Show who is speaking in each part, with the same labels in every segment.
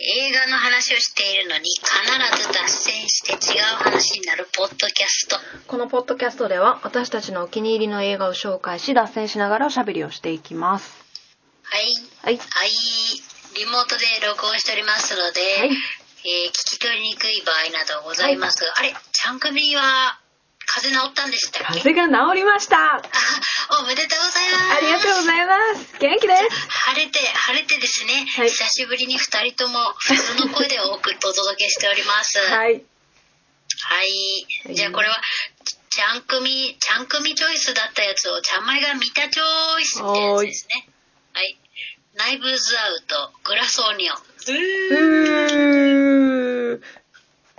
Speaker 1: 映画の話をしているのに必ず脱線して違う話になるポッドキャスト
Speaker 2: このポッドキャストでは私たちのお気に入りの映画を紹介し脱線しながらおしゃべりをしていきます
Speaker 1: はい
Speaker 2: はい
Speaker 1: はいリモートで録音しておりますので、
Speaker 2: はい
Speaker 1: えー聞き取りにくい場合などございますが、あれちゃんくみは風邪治ったんでしたっけ
Speaker 2: 風が治りましたあ
Speaker 1: あおめでとうございます
Speaker 2: りがとうございます元気です
Speaker 1: 晴れて晴れてですね、
Speaker 2: はい
Speaker 1: 久しぶりに2人とも普通の声でお送お届けしておりますはい、
Speaker 2: はいはい
Speaker 1: じゃあこれはちちゃんくみちゃんくみチョイスだったやつをちゃんまいが見たチョイスってやつですねはいナイブズアウトグラスオニオン
Speaker 2: うー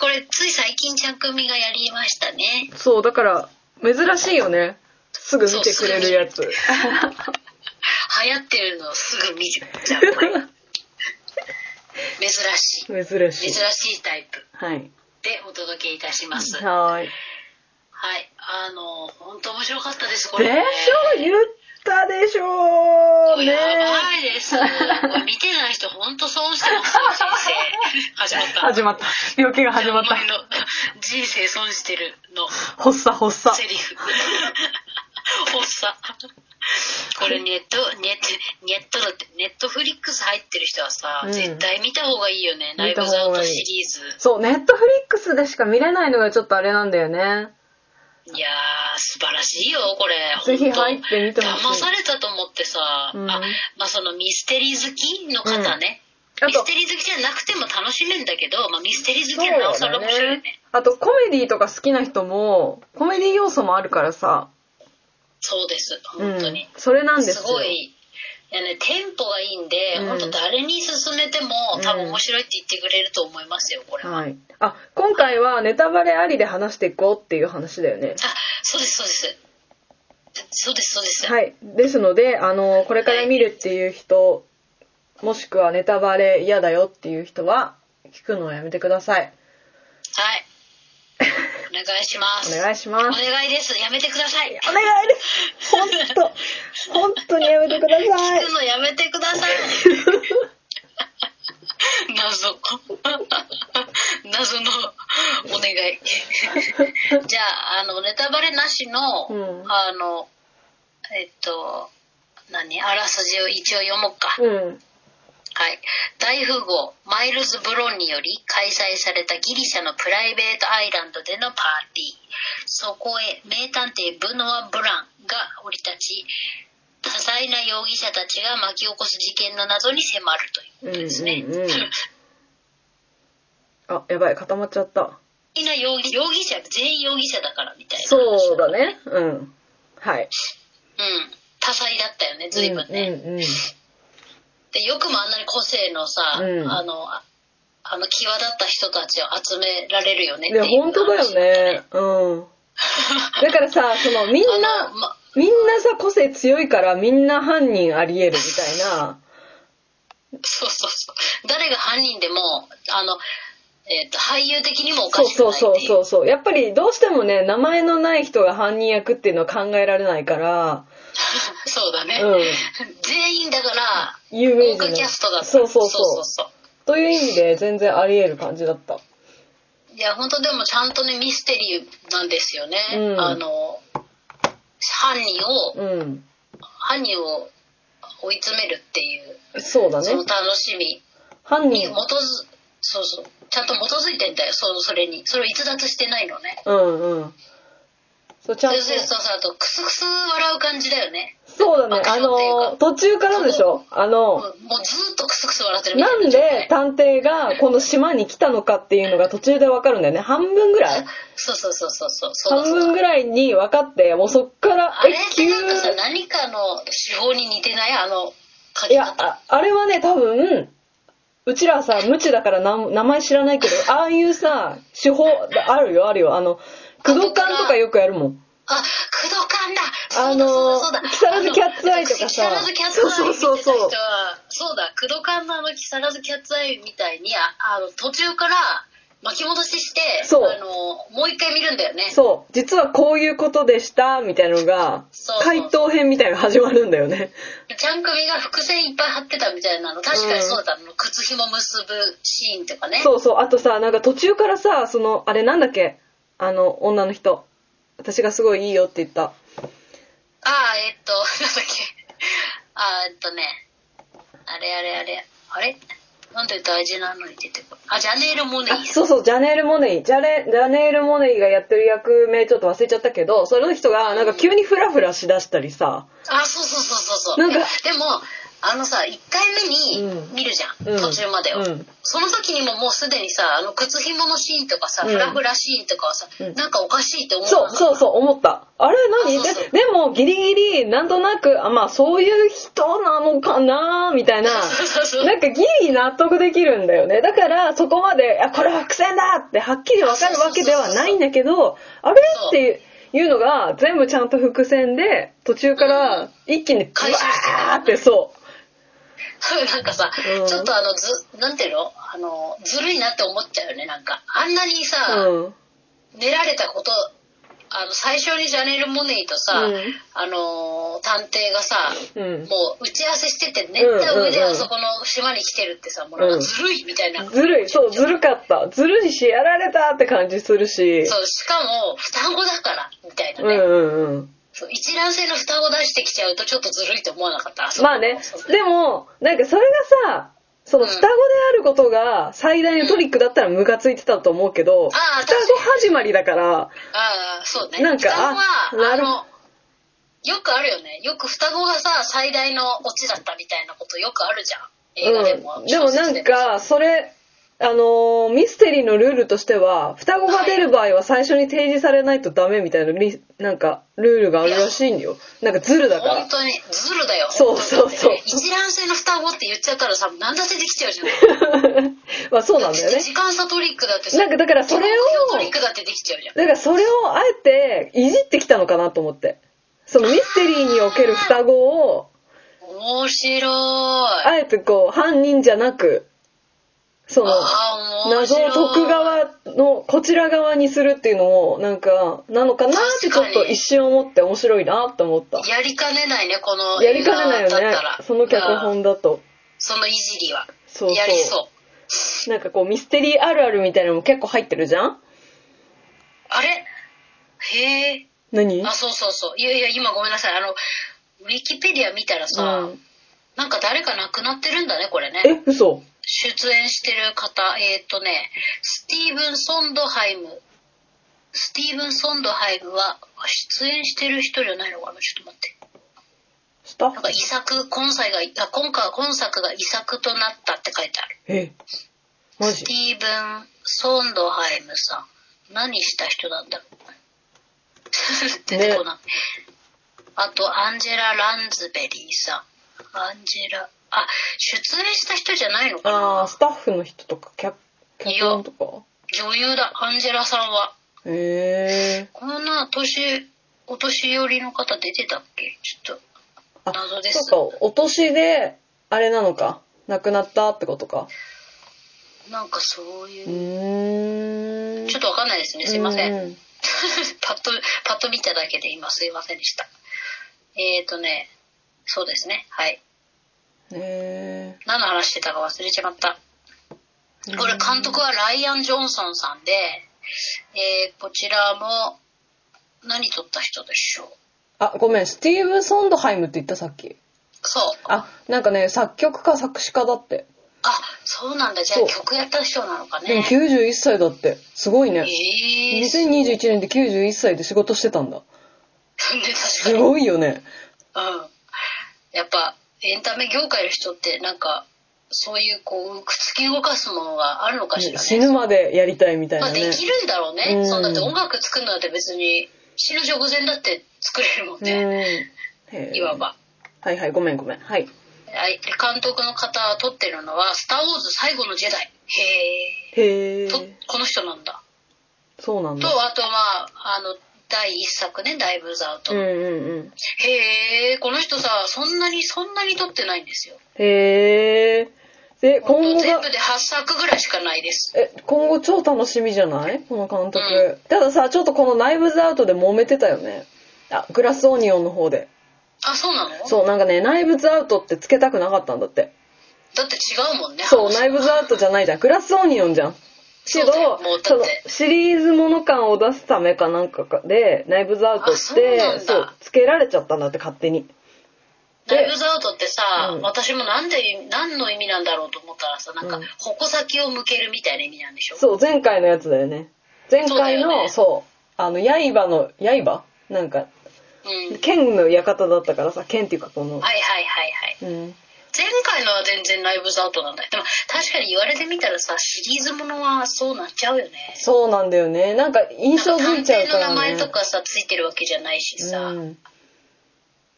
Speaker 1: これつい最近ちゃんくみがやりましたね
Speaker 2: そうだから珍しいよねすぐ見てくれるやつ
Speaker 1: 流行ってるのをすぐ見るちゃん まい珍しい
Speaker 2: 珍し
Speaker 1: 珍
Speaker 2: い
Speaker 1: しいタイプ
Speaker 2: はい
Speaker 1: でお届けいたします
Speaker 2: はーい
Speaker 1: はい、あの、本当面白かったです、こ
Speaker 2: で
Speaker 1: れ、
Speaker 2: し
Speaker 1: ね。
Speaker 2: ょ言ったでしょうね
Speaker 1: やばいです。これ見てない人、本当損してますよ、人生。始まった。
Speaker 2: 始まった病気が始まった
Speaker 1: お前の人生損してるの
Speaker 2: 発作発作
Speaker 1: セリフ。おっさ。これネット、ネット、ネットだって、ネットフリックス入ってる人はさ、
Speaker 2: うん
Speaker 1: 絶対見た方がいいよね。ナ
Speaker 2: 見
Speaker 1: イ
Speaker 2: た
Speaker 1: ブ
Speaker 2: 方
Speaker 1: ズ
Speaker 2: がいい
Speaker 1: アウトシリーズ。
Speaker 2: そうネットフリックスでしか見れないのがちょっとあれなんだよね
Speaker 1: いやー、素晴らしいよ、これ。
Speaker 2: ぜひ
Speaker 1: 本当
Speaker 2: 入ってみてほ
Speaker 1: 騙
Speaker 2: しい
Speaker 1: されたと思ってさ、
Speaker 2: うん
Speaker 1: あまあそのミステリー好きの方ね、
Speaker 2: あ
Speaker 1: ミス
Speaker 2: と
Speaker 1: テリー好きじゃなくても楽しめんだけど、まあ、ミステリー好
Speaker 2: そ
Speaker 1: きはなおさら
Speaker 2: う
Speaker 1: 面白い
Speaker 2: だ
Speaker 1: よ
Speaker 2: ね
Speaker 1: ね
Speaker 2: あとコメディとか好きな人もコメディ要素もあるからさ
Speaker 1: そうです
Speaker 2: う
Speaker 1: 本当
Speaker 2: ん
Speaker 1: に、
Speaker 2: それなんですすよ
Speaker 1: ごいいやね、テンポがいいんで、
Speaker 2: うん
Speaker 1: 本当誰に勧めても多分面白いって言ってくれると思いますよこれは、あ
Speaker 2: はいあ今回はネタバレありで話していこうっていう話だよね
Speaker 1: そうですそうですそうですそうです、
Speaker 2: はいですのであのこれから見るっていう人もしくはネタバレ嫌だよっていう人は聞くのをやめてください
Speaker 1: はい、お願いします
Speaker 2: お願いします
Speaker 1: お願いですやめてください
Speaker 2: お願いです本当本当にやめてください
Speaker 1: 聞くのやめてくだ さい。謎。 謎のお願い。 じゃあ、あの、ネタバレなしの、
Speaker 2: うん
Speaker 1: あの、えっと、何あらすじを一応読もうか。
Speaker 2: うん
Speaker 1: はい、大富豪マイルズ・ブロンにより開催されたギリシャのプライベートアイランドでのパーティーそこへ名探偵ブノワ・ブランが降り立ち多彩な容疑者たちが巻き起こす事件の謎に迫るということですね、
Speaker 2: うん うんうんあやばい固まっちゃった
Speaker 1: みんな容疑容疑者全員容疑者だからみたいな
Speaker 2: そうだねうんはい
Speaker 1: うん多彩だったよね随分ね、
Speaker 2: うんうんうん
Speaker 1: でよくもあんなに個性のさ、
Speaker 2: うん
Speaker 1: あのああの際立った人たちを集められるよね
Speaker 2: い
Speaker 1: ってい
Speaker 2: や
Speaker 1: う
Speaker 2: 本当だよねうんだからさそのみん
Speaker 1: 話だったねあ
Speaker 2: な
Speaker 1: のま
Speaker 2: みんなさ個性強いからみんな犯人ありえるみたいな
Speaker 1: そうそうそう。誰が犯人でも、あの、えっ、と、俳優的にもおか
Speaker 2: そう
Speaker 1: しく
Speaker 2: そ
Speaker 1: な
Speaker 2: う
Speaker 1: いって
Speaker 2: そう
Speaker 1: いう。
Speaker 2: そうそうやっぱりどうしてもね名前のない人が犯人役っていうのは考えられないから
Speaker 1: そうだね。
Speaker 2: うん
Speaker 1: 全員だから、
Speaker 2: 有
Speaker 1: 豪
Speaker 2: 名人
Speaker 1: 華
Speaker 2: の
Speaker 1: キャストだった。
Speaker 2: そうそう
Speaker 1: そう
Speaker 2: そ
Speaker 1: そう
Speaker 2: う
Speaker 1: そ
Speaker 2: という意味で全然ありえる感じだった
Speaker 1: ういや、本当でもちゃんとね、ミステリーなんですよね。
Speaker 2: うん
Speaker 1: あの、犯人を、
Speaker 2: うん
Speaker 1: 犯人を追い詰めるっていう、
Speaker 2: そうだ
Speaker 1: その
Speaker 2: ね
Speaker 1: 楽しみ
Speaker 2: 犯
Speaker 1: に基
Speaker 2: 人
Speaker 1: づ、そうそう。ちゃんと基づいてんだよ、そうそれに。それを逸脱してないのね。
Speaker 2: うんうんそうちゃんと
Speaker 1: そうそうそう、あと、クスクス笑う感じだよね。
Speaker 2: そうだね
Speaker 1: アクショ
Speaker 2: あ
Speaker 1: ンっていうか
Speaker 2: の途中からでしょあの
Speaker 1: もうもうずーっとクスクス笑ってるみたい
Speaker 2: なんで探偵がこの島に来たのかっていうのが途中でわかるんだよね半分ぐらい
Speaker 1: そうそうそうそうそうそう
Speaker 2: 半
Speaker 1: だそうだ
Speaker 2: 分ぐらいに分かってもうそっから
Speaker 1: あれっ
Speaker 2: え
Speaker 1: て
Speaker 2: 急
Speaker 1: なんかさ
Speaker 2: い
Speaker 1: 何かの手法に似てないあの書き
Speaker 2: や
Speaker 1: 方
Speaker 2: ああれはね多分うちらはさ無知だからなん名前知らないけどああいうさ手法あるよあるよあの工藤館とかよくやるもん
Speaker 1: あ工藤官だ
Speaker 2: あ
Speaker 1: そうだ
Speaker 2: の
Speaker 1: そうだそうだ
Speaker 2: 木更津キャッツアイとかさ
Speaker 1: 木更津キャッツアイ見てた人
Speaker 2: そ
Speaker 1: は
Speaker 2: うそうそうそう
Speaker 1: そうだ工藤官のあの木更津キャッツアイみたいにああの途中から巻き戻しして
Speaker 2: そう
Speaker 1: あのもう一回見るんだよね
Speaker 2: そう実はこういうことでしたみたいなのが
Speaker 1: そうそうそう
Speaker 2: 回答編みたいなのが始まるんだよね
Speaker 1: ちゃん組が伏線いっぱい張ってたみたいなの確かにそうだったの、靴紐結ぶシーンとかね
Speaker 2: そうそうあとさなんか途中からさそのあれなんだっけあの女の人私がすごいいいよって言った
Speaker 1: ああえっと なんだっけあーえっとねあれあれあれあれなんで大事なのに出てこないあジャネール・モネイ
Speaker 2: あそうそうジャネール・モネイジャレジャネール・モネイがやってる役名ちょっと忘れちゃったけどその人がなんか急にフラフラしだしたりさ
Speaker 1: あそうそうそうそうそう
Speaker 2: なんか
Speaker 1: でもあのさ1回目に
Speaker 2: うん
Speaker 1: 見るじゃん、
Speaker 2: うん
Speaker 1: 途中までを、
Speaker 2: うん
Speaker 1: その時にももうすでにさあの靴紐のシーンとかさ、
Speaker 2: うん
Speaker 1: フラフラシーンとかはさ、
Speaker 2: うん
Speaker 1: なんかおかしいって思う
Speaker 2: そうそうそう思ったあれ何
Speaker 1: あそうそう
Speaker 2: ででもギリギリなんとなくあまあそういう人なのかなみ たいな
Speaker 1: そうそうそう
Speaker 2: なんかギリ納得できるんだよねだからそこまで「あこれは伏線だ!」ってはっきりわかるわけではないんだけどあれ
Speaker 1: そう
Speaker 2: っていうのが全部ちゃんと伏線で途中から一気にブ
Speaker 1: 回収してたよね
Speaker 2: ワーってそう
Speaker 1: なんかさ、
Speaker 2: うん
Speaker 1: ちょっとあのずなんていうのあのずるいなって思っちゃうよねなんかあんなにさ、
Speaker 2: うん
Speaker 1: 練られたことあの最初にジャネール・モネイとさ、
Speaker 2: うん
Speaker 1: あのー探偵がさ、
Speaker 2: うん
Speaker 1: もう打ち合わせしてて練った上で
Speaker 2: うんうんう
Speaker 1: あ
Speaker 2: ん
Speaker 1: そこの島に来てるってさ、もうなんかずるいみたいな、
Speaker 2: ずるいそうずるかったずるいしやられたって感じするし
Speaker 1: そうしかも双子だからみたいな
Speaker 2: う
Speaker 1: ね、
Speaker 2: んうんうん
Speaker 1: そう一卵性の双子出してきちゃうとちょっとずるいと思わなかったあそこ
Speaker 2: まあね
Speaker 1: そう、
Speaker 2: でも、なんかそれがさ、その
Speaker 1: うん
Speaker 2: 双子であることが最大のトリックだったらムカついてたと思うけど、双
Speaker 1: あー
Speaker 2: 子始まりだから、
Speaker 1: ああそうね
Speaker 2: なんか
Speaker 1: 双子は
Speaker 2: あな
Speaker 1: あ
Speaker 2: る
Speaker 1: のよくあるよねよく双子がさ最大のオチだったみたいなことよくあるじゃん映画でも、
Speaker 2: うん、でもな
Speaker 1: 小説
Speaker 2: ん
Speaker 1: も
Speaker 2: か、それ、あのーミステリーのルールとしては、双子が出る場合は最初に提示されないとダメみたいなリ、なんか、ルールがあるらしいんだよ。なんかズルだから
Speaker 1: 本。当にズルだよ
Speaker 2: そうそうそ
Speaker 1: 本当
Speaker 2: う
Speaker 1: に一卵性の双子って言っちゃったらさ何だってできちゃうじゃん
Speaker 2: まあそうなんだよね。
Speaker 1: 時間差トリックだってさ
Speaker 2: なんかだからそれを、
Speaker 1: 時間差トリックだってできちゃうじゃん
Speaker 2: だからそれをあえていじってきたのかなと思ってそのミステリーにおける双子を
Speaker 1: 面白い
Speaker 2: あえてこう犯人じゃなくその
Speaker 1: あー面
Speaker 2: 謎
Speaker 1: 白い
Speaker 2: を解く側のこちら側にするっていうのをなんかなのかなってちょっ
Speaker 1: 確か
Speaker 2: と
Speaker 1: に
Speaker 2: 一瞬思って面白いなと思った
Speaker 1: やりかねないねこの
Speaker 2: やりかねない
Speaker 1: 映画
Speaker 2: よ
Speaker 1: だ
Speaker 2: ね
Speaker 1: ったら
Speaker 2: その脚
Speaker 1: うん
Speaker 2: 本だと
Speaker 1: そのいじりは
Speaker 2: そうそう
Speaker 1: やりそう
Speaker 2: なんかこうミステリーあるあるみたいなのも結構入ってるじゃん
Speaker 1: あれへえ
Speaker 2: 何
Speaker 1: あそうそうそういやいや今ごめんなさいあのウィキペディア見たらさ、
Speaker 2: うん
Speaker 1: なんか誰か亡くなってるんだねこれね
Speaker 2: え嘘
Speaker 1: 出演してる方えっ、とねスティーブン・ソンドハイムスティーブン・ソンドハイムは出演してる人じゃないのかなちょっと待って
Speaker 2: スタッ
Speaker 1: なん
Speaker 2: フ
Speaker 1: か遺作今作があ今回は今作が遺作となったって書いてある
Speaker 2: えマ
Speaker 1: ス
Speaker 2: ジ
Speaker 1: ティーブン・ソンドハイムさん何した人なんだろう 出てこない、あとアンジェラ・ランズベリーさんアンジェラあ出演した人じゃないのか
Speaker 2: ああ
Speaker 1: な
Speaker 2: スタッフの人とか脚脚本とか
Speaker 1: 女優だアンジェラさんは
Speaker 2: へえ
Speaker 1: こんな年お年寄りの方出てたっけちょっと
Speaker 2: あ
Speaker 1: 謎です
Speaker 2: そうかお年であれなのか亡くなったってことか
Speaker 1: なんかそういうう、
Speaker 2: ーん
Speaker 1: ちょっ
Speaker 2: と
Speaker 1: とわかんないですねすいません、
Speaker 2: うん
Speaker 1: パッとパッと見ただけで今すいませんでしたえっ、ー、とねそうですねはい
Speaker 2: へえ
Speaker 1: 何の話してたか忘れちまったこれ監督はライアン・ジョンソンさんで、えーこちらも何撮った人でしょう
Speaker 2: あごめんスティーブ・ソンドハイムって言ったさっき
Speaker 1: そう
Speaker 2: あなんかね作曲家作詞家だって、
Speaker 1: あそうなんだじゃ
Speaker 2: そ
Speaker 1: あ
Speaker 2: う
Speaker 1: 曲やった人なのか
Speaker 2: でも
Speaker 1: ね
Speaker 2: 91歳だってすごいね
Speaker 1: ええー、
Speaker 2: 2021年で91歳で仕事してたんだ
Speaker 1: ね
Speaker 2: す
Speaker 1: 確かに
Speaker 2: ごいよね
Speaker 1: うんやっぱエンタメ業界の人ってなんかそういうこう突き動かすものがあるのかしらね
Speaker 2: 死ぬまでやりたいみたい
Speaker 1: ま
Speaker 2: な
Speaker 1: あ、
Speaker 2: ね
Speaker 1: できるんだろうね、
Speaker 2: うん
Speaker 1: そんだって音楽作るのだって別に死ぬ直前だって作れるもんね、
Speaker 2: うんへえ
Speaker 1: いわば
Speaker 2: はいはいごめんごめんはい
Speaker 1: はいで監督の方は撮ってるのは「スター・ウォーズ最後のジェダイ」へ
Speaker 2: へ
Speaker 1: え
Speaker 2: え
Speaker 1: とこの人なんだ
Speaker 2: そうなんだ
Speaker 1: とあとまああの第一作ね「ダイブ・ザ・ウト」
Speaker 2: うんうんうん
Speaker 1: へえこの人さそんなにそんなに撮ってないんですよ
Speaker 2: へええ、今
Speaker 1: もう
Speaker 2: 後
Speaker 1: 全
Speaker 2: が
Speaker 1: 部、で8作ぐらいしかないです
Speaker 2: え、今後超楽しみじゃないこの監督、
Speaker 1: う
Speaker 2: たださ、ちょっとこのナイブズアウトで揉めてたよね。あ、グラスオニオンの方で。
Speaker 1: あそうなの
Speaker 2: そう、なんかね、ナイブズアウトってつけたくなかったんだって。
Speaker 1: だって違うもんね
Speaker 2: そう、
Speaker 1: 話
Speaker 2: ナイブズアウトじゃないじゃん。グラスオニオンじゃん。け
Speaker 1: そう
Speaker 2: ど
Speaker 1: だよもうだっ、て
Speaker 2: そのシリーズもの感を出すためかなんかかで、ナイブズアウト
Speaker 1: あ
Speaker 2: っ
Speaker 1: そうなん
Speaker 2: て、
Speaker 1: だ
Speaker 2: そう、つけられちゃったんだって勝手に。
Speaker 1: ライブズアウトってさ、
Speaker 2: うん
Speaker 1: 私もなんで何の意味なんだろうと思ったらさなんか
Speaker 2: うん
Speaker 1: 矛先を向けるみたいな意味なんでしょ
Speaker 2: そう、前回のやつだよね。前回
Speaker 1: そうだよ
Speaker 2: の、
Speaker 1: ね
Speaker 2: そう、あの、刃の、刃なんか、
Speaker 1: うん、はい
Speaker 2: 剣の館だったからさ、剣っていうかこの、
Speaker 1: はいはいはい
Speaker 2: うん。
Speaker 1: 前回のは全然ライブズアウトなんだでも確かに言われてみたらさシリーズものはそうなっちゃうよね
Speaker 2: そうなんだよね。なんか印象づいちゃうか
Speaker 1: なんか探偵の名
Speaker 2: らね。
Speaker 1: 前とかさついてるわけじゃないしさ、
Speaker 2: うん。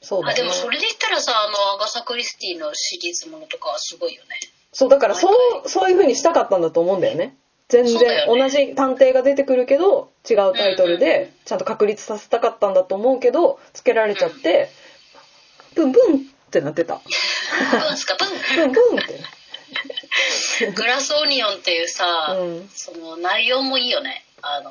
Speaker 2: そうだ、ね、
Speaker 1: あでもそれで言ったらさあのアガサ・クリスティのシリーズものとかはすごいよね
Speaker 2: そう、だからそう
Speaker 1: 毎、
Speaker 2: そういう風にしたかったんだと思うんだよね。全然
Speaker 1: そうだ、よね
Speaker 2: 同じ探偵が出てくるけど、違うタイト
Speaker 1: うん
Speaker 2: ル
Speaker 1: うん
Speaker 2: で、ちゃんと確立させたかったんだと思うけど、つけられちゃって、ブンブンってなって た。
Speaker 1: ブンスカブ
Speaker 2: ブンブンって。
Speaker 1: ングラスオニオンっていうさ、
Speaker 2: うん
Speaker 1: その内容もいいよねあの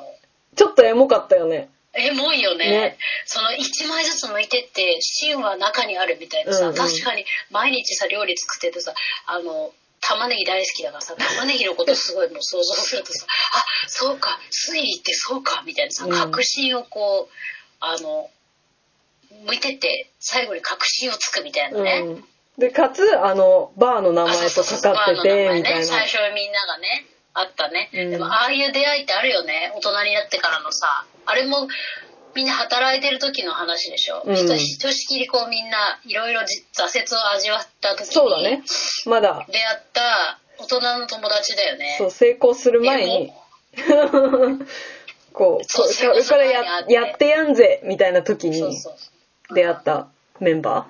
Speaker 2: ちょっとエモかったよね。
Speaker 1: エモいよね
Speaker 2: ね
Speaker 1: その1枚ずつ剥いてって芯は中にあるみたいなさ、
Speaker 2: うんうん
Speaker 1: 確かに毎日さ料理作っててさあの玉ねぎ大好きだからさ玉ねぎのことすごいもう想像するとさあそうか推理ってそうかみたいなさ
Speaker 2: うん
Speaker 1: 確信をこうあの剥いてって最後に確信をつくみたいなね、
Speaker 2: うん。で、かつ、あの、バーの名
Speaker 1: あ
Speaker 2: 前
Speaker 1: そ
Speaker 2: と
Speaker 1: うそう
Speaker 2: か
Speaker 1: そう
Speaker 2: か
Speaker 1: バーの名
Speaker 2: ってて、
Speaker 1: 前
Speaker 2: みたい
Speaker 1: ね、
Speaker 2: な。
Speaker 1: 最初みんながねあったね、
Speaker 2: うん
Speaker 1: でもああいう出会いってあるよね大人になってからのさあれもみんな働いてる時の話でしょ、
Speaker 2: うん
Speaker 1: ひとひとしきりこうみんないろいろじ挫折を味わった時に
Speaker 2: そうだね。まだ、
Speaker 1: 出会った大人の友達だよね
Speaker 2: そう、成功する
Speaker 1: で
Speaker 2: 前に
Speaker 1: も、
Speaker 2: こう、
Speaker 1: そう
Speaker 2: これ
Speaker 1: 成功す
Speaker 2: か
Speaker 1: る
Speaker 2: ら
Speaker 1: 前に
Speaker 2: や
Speaker 1: 会って
Speaker 2: やってやんぜ、みたいな時
Speaker 1: そう
Speaker 2: に
Speaker 1: そう
Speaker 2: 出会ったメンバ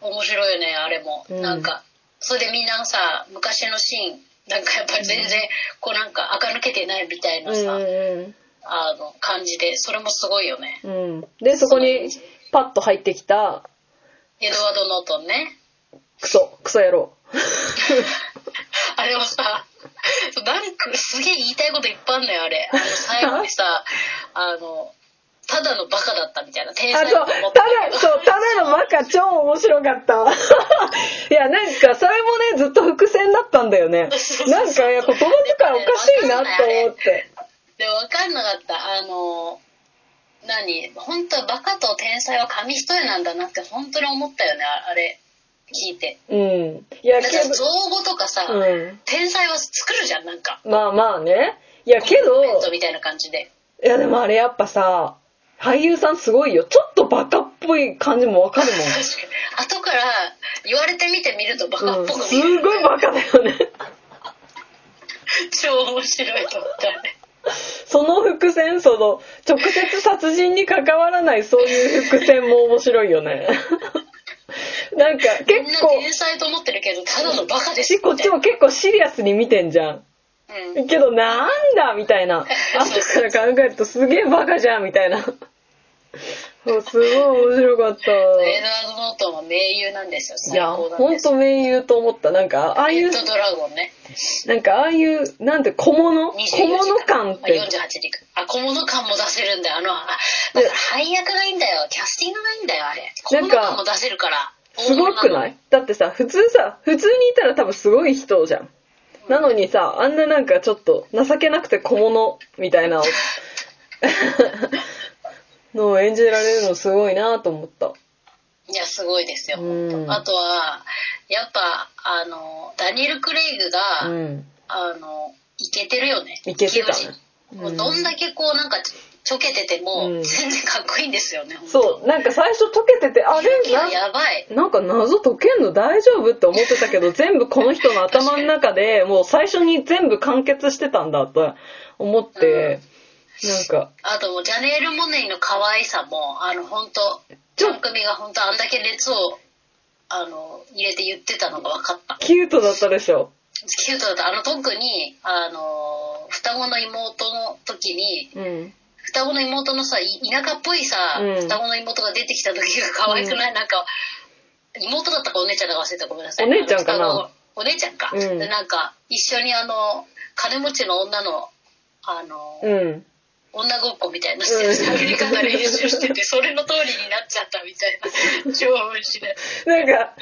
Speaker 1: 面白いよねあれも、
Speaker 2: うん
Speaker 1: なんかそれでみんなさ昔のシーンなんかやっぱり全然こうなんか垢抜けてないみたい
Speaker 2: ー。
Speaker 1: なさ、
Speaker 2: うん
Speaker 1: あの感じでそれもすごいよね
Speaker 2: うんうん。で、そこに、パッと入ってきた、
Speaker 1: エドワード・ノートンね
Speaker 2: クソ、クソ野郎。
Speaker 1: あれはさ、なんかすげえ言いたいこといっぱいあんのよ、あれ。あの最後にさ、 あの、ただのバカだったみたいな、天
Speaker 2: あ、そう、
Speaker 1: 才
Speaker 2: た
Speaker 1: だと思ったけ
Speaker 2: だ、
Speaker 1: ど
Speaker 2: そう、ただのバカ超面白かった。 いや、なんか、それもね、ずっと伏線だったんだよね
Speaker 1: そうそう。そう
Speaker 2: なんか、いや、言葉遣いおかしいなと思って。
Speaker 1: で、わかんなかった。あの、何本当はバカと天才は紙一重なんだなって本当に思ったよね、ああれ、聞いて。
Speaker 2: うん。いや、
Speaker 1: だか
Speaker 2: け
Speaker 1: ら造語とかさ、
Speaker 2: ど、うん。
Speaker 1: 天才は作るじゃん、なんか。
Speaker 2: まあまあね。いや、け
Speaker 1: コンプリメン
Speaker 2: ど
Speaker 1: ト、みたいな感じで。
Speaker 2: いやでもあれやっぱさ、俳優さんすごいよ。ちょっとバカっぽい感じもわかる
Speaker 1: 確
Speaker 2: も
Speaker 1: かに。後から言われてみてみるとバカ
Speaker 2: ん。う
Speaker 1: っ
Speaker 2: ん、
Speaker 1: ぽく
Speaker 2: す
Speaker 1: 見える、
Speaker 2: ごいバカだよね。
Speaker 1: 超面白いと思ったね。
Speaker 2: その伏線、その、直接殺人に関わらないそういう伏線も面白いよね。 なんか
Speaker 1: みん
Speaker 2: 結
Speaker 1: な
Speaker 2: 構、
Speaker 1: 天才と思ってるけどただのバカです
Speaker 2: しこっちも結構シリアスに見てんじゃん。
Speaker 1: うん、
Speaker 2: けどなんだみたいな。後から考えるとすげえバカじゃんみたいな。 そうすごい面白かった。
Speaker 1: エドワード・ノートンは盟友なんですよ
Speaker 2: い
Speaker 1: 最
Speaker 2: や、
Speaker 1: 高な
Speaker 2: ほ
Speaker 1: んで
Speaker 2: ん
Speaker 1: すよ
Speaker 2: と名優と思った。なんか、ああい
Speaker 1: レ
Speaker 2: う
Speaker 1: ッド・ドラゴンね
Speaker 2: なんかああいう、なんて小物
Speaker 1: 24
Speaker 2: 小物
Speaker 1: 時間
Speaker 2: 感って
Speaker 1: あ。48時間あ小物感も出せるんだよあのあだから配役がいいんだよキャスティングがいいんだよあれ小
Speaker 2: なん
Speaker 1: 物
Speaker 2: か
Speaker 1: 感も出せるから
Speaker 2: すごくないいだってさ、普通さ、普通にいたら多分すごい人じゃん。なのにさ、あんななんかちょっと情けなくて小物みた いなののを演じられるのすごいなと思った。
Speaker 1: いやすごいですよ、
Speaker 2: うん
Speaker 1: ほんとあとはやっぱあのダニエル・クレイグが、
Speaker 2: うん。
Speaker 1: あのいけてるよね
Speaker 2: いけてたね
Speaker 1: 勢いよしもううんどんだけこうなんかちょちょけてても、
Speaker 2: うん
Speaker 1: 全然かっこいいんですよねほんと
Speaker 2: そう、なんか最初溶けてて、あれ
Speaker 1: いややばい
Speaker 2: な、なんか謎解けんの大丈夫って思ってたけど、全部この人の頭の中でもう最初に全部完結してたんだと思って、なんか、
Speaker 1: あともうジャネール・モネイの可愛さもあの本当
Speaker 2: ちょ
Speaker 1: 番組が本当あんだけ熱をあの入れて言ってたのが分かった
Speaker 2: キュートだったでしょ。
Speaker 1: キュートだったあの特にあの双子の妹の時に
Speaker 2: うん。
Speaker 1: 双子の妹のさい田舎っぽいさ、
Speaker 2: うん
Speaker 1: 双子の妹が出てきた時が可愛くない、なんか妹だったかお姉ちゃんだか忘れたごめんなさい
Speaker 2: お姉ちゃんかな
Speaker 1: あの双子お姉ちゃんか、
Speaker 2: うん
Speaker 1: でなんか一緒にあの金持ちの女のあの、
Speaker 2: うん。
Speaker 1: 女ごっこみたいなして喋り方練習しててそれの通りになっちゃったみたいな超面白い
Speaker 2: なんか、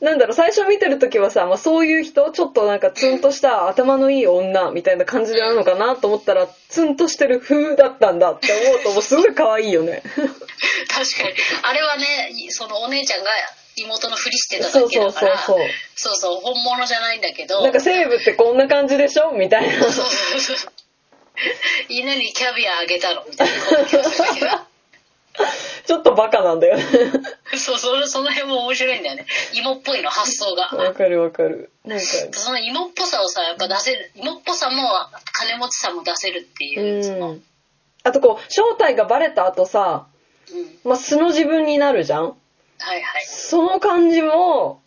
Speaker 2: なんだろう、最初見てる時はさ、まあ、そういう人、ちょっとなんかツンとした頭のいい女みたいな感じなのかなと思ったら、ツンとしてる風だったんだって思うと、もうすごい可愛いよね。
Speaker 1: 確かにあれはねそのお姉ちゃんが妹のふりしてた
Speaker 2: そ
Speaker 1: だ
Speaker 2: う
Speaker 1: け
Speaker 2: そ
Speaker 1: だ
Speaker 2: う
Speaker 1: か
Speaker 2: そう
Speaker 1: ら
Speaker 2: そう。
Speaker 1: そうそう本物じゃないんだけど
Speaker 2: なんか西部ってこんな感じでしょみたいな。
Speaker 1: そうそうそうそう 犬にキャビアあげたのみたいなこと言ってたけ ど
Speaker 2: ちょっとバカなんだよね。
Speaker 1: そうそのその辺も面白いんだよね芋っぽいの発想が
Speaker 2: わかるわかる。なんか、
Speaker 1: その芋っぽさをさやっぱ出せる芋っぽさも金持ちさも出せるっていうその
Speaker 2: うん。あとこう、正体がバレた後さ、
Speaker 1: うん
Speaker 2: まあ、素の自分になるじゃん
Speaker 1: はいはい
Speaker 2: その感じも、
Speaker 1: うん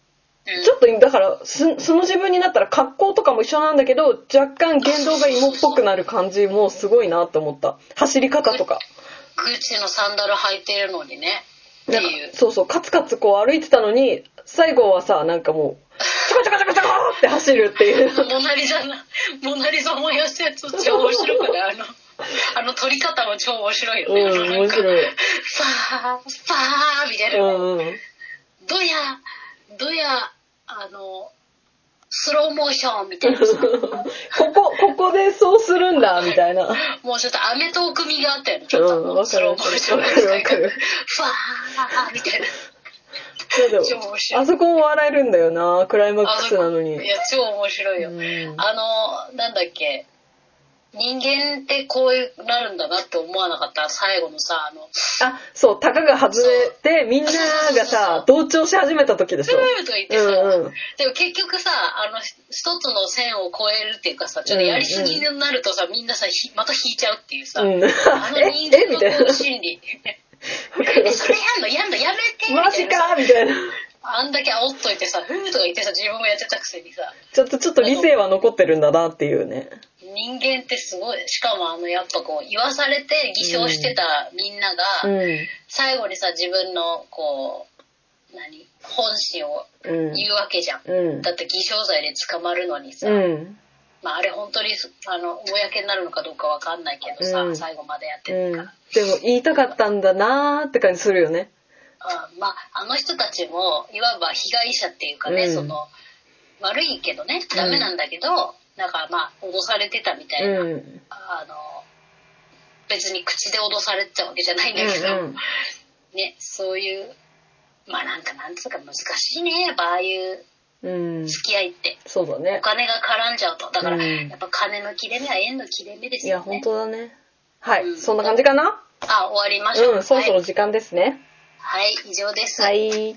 Speaker 2: ちょっと、だから、す素の自分になったら格好とかも一緒なんだけど、若干言動が芋っぽくなる感じもすごいなって思った。走り方とか。
Speaker 1: グッチのサンダル履いてるのにねって
Speaker 2: なんか
Speaker 1: いう
Speaker 2: そうそう、カツカツこう歩いてたのに、最後はさ、なんかもう、ちょこちょこちょこちょこって走るって いう。
Speaker 1: モナリザなモナリザ燃やしたやつ超面白くないあのあの撮り方も超面白いよね、
Speaker 2: うん
Speaker 1: あのなん
Speaker 2: 面
Speaker 1: か
Speaker 2: 白い
Speaker 1: ファーファーみたいな、
Speaker 2: うんうん。
Speaker 1: どやどやあのスローモーションみたい なさ
Speaker 2: ここ、ここでそうするんだ、みたいな。
Speaker 1: もうちょっとアメトーク味があったよねちょっ
Speaker 2: うん、
Speaker 1: と
Speaker 2: わ
Speaker 1: ス
Speaker 2: かる
Speaker 1: ロー
Speaker 2: わ
Speaker 1: モ
Speaker 2: か
Speaker 1: ー
Speaker 2: る
Speaker 1: ション
Speaker 2: わかるわかる。
Speaker 1: ファーみたいな
Speaker 2: そうだよ
Speaker 1: 超面白い
Speaker 2: あそこも笑えるんだよな、クライマッ
Speaker 1: あ
Speaker 2: ク
Speaker 1: そ
Speaker 2: ス
Speaker 1: こ
Speaker 2: なのに
Speaker 1: い。や超面白いよ、
Speaker 2: うん
Speaker 1: あのなんだっけ人間ってこういうなるんだなって思わなかった最後のさあの
Speaker 2: あ、そう、タカが外れて、みんながさ、同調し始めた時でし
Speaker 1: プ
Speaker 2: ょ。
Speaker 1: ールとか言ってさ、
Speaker 2: うんうん
Speaker 1: でも結局さあのひ一つの線を越えるっていうかさちょっとやりすぎになるとさ、みんなさひまた引いちゃうっていうさ、
Speaker 2: うん。え
Speaker 1: あの、人
Speaker 2: え
Speaker 1: 間
Speaker 2: み
Speaker 1: の
Speaker 2: たいな。
Speaker 1: こう心 理えそれやんのやんのやめてみたいな
Speaker 2: マジかみたいな。
Speaker 1: あんだけ煽っといてさふーとか言ってさ自分もやってたくせにさ
Speaker 2: ちょっと、ちょっと理性は残ってるんだなっていうね。
Speaker 1: 人間ってすごいしかもあのやっぱこう言わされて偽証してたみんなが、
Speaker 2: うん。
Speaker 1: 最後にさ自分のこう何本心を
Speaker 2: うん。
Speaker 1: 言うわけじゃん、
Speaker 2: うん
Speaker 1: だって偽証罪で捕まるのにさ、
Speaker 2: うん。
Speaker 1: まあ、あれ本当にあの公になるのかどうかわかんないけどさ、
Speaker 2: うん
Speaker 1: 最後までやって
Speaker 2: う
Speaker 1: るか
Speaker 2: ん
Speaker 1: ら、うん、
Speaker 2: でも、言いたかったんだなーって感じするよね。
Speaker 1: まああの人たちもいわば被害者っていうかね、
Speaker 2: うん
Speaker 1: その悪いけどねダメなんだけど、なんかまあ脅されてたみた
Speaker 2: う
Speaker 1: いな、
Speaker 2: ん。
Speaker 1: あの別に口で脅されてたわけじゃないんだけど、
Speaker 2: うんうん
Speaker 1: ねそういうまあなんかなんつうか難しいねやっぱああいう
Speaker 2: うん。
Speaker 1: 付き合いって。
Speaker 2: そうだ
Speaker 1: お
Speaker 2: ね。
Speaker 1: 金が絡んじゃうとだから、
Speaker 2: うん
Speaker 1: やっぱ金の切れ目は縁の切れ目で
Speaker 2: い
Speaker 1: すよ
Speaker 2: や、
Speaker 1: ね
Speaker 2: 本当だね。はい、
Speaker 1: うん
Speaker 2: そんな感じかな
Speaker 1: あ終わりましょう、
Speaker 2: うん、そろそろ時間ですね。
Speaker 1: はい、はい、以上です。
Speaker 2: はい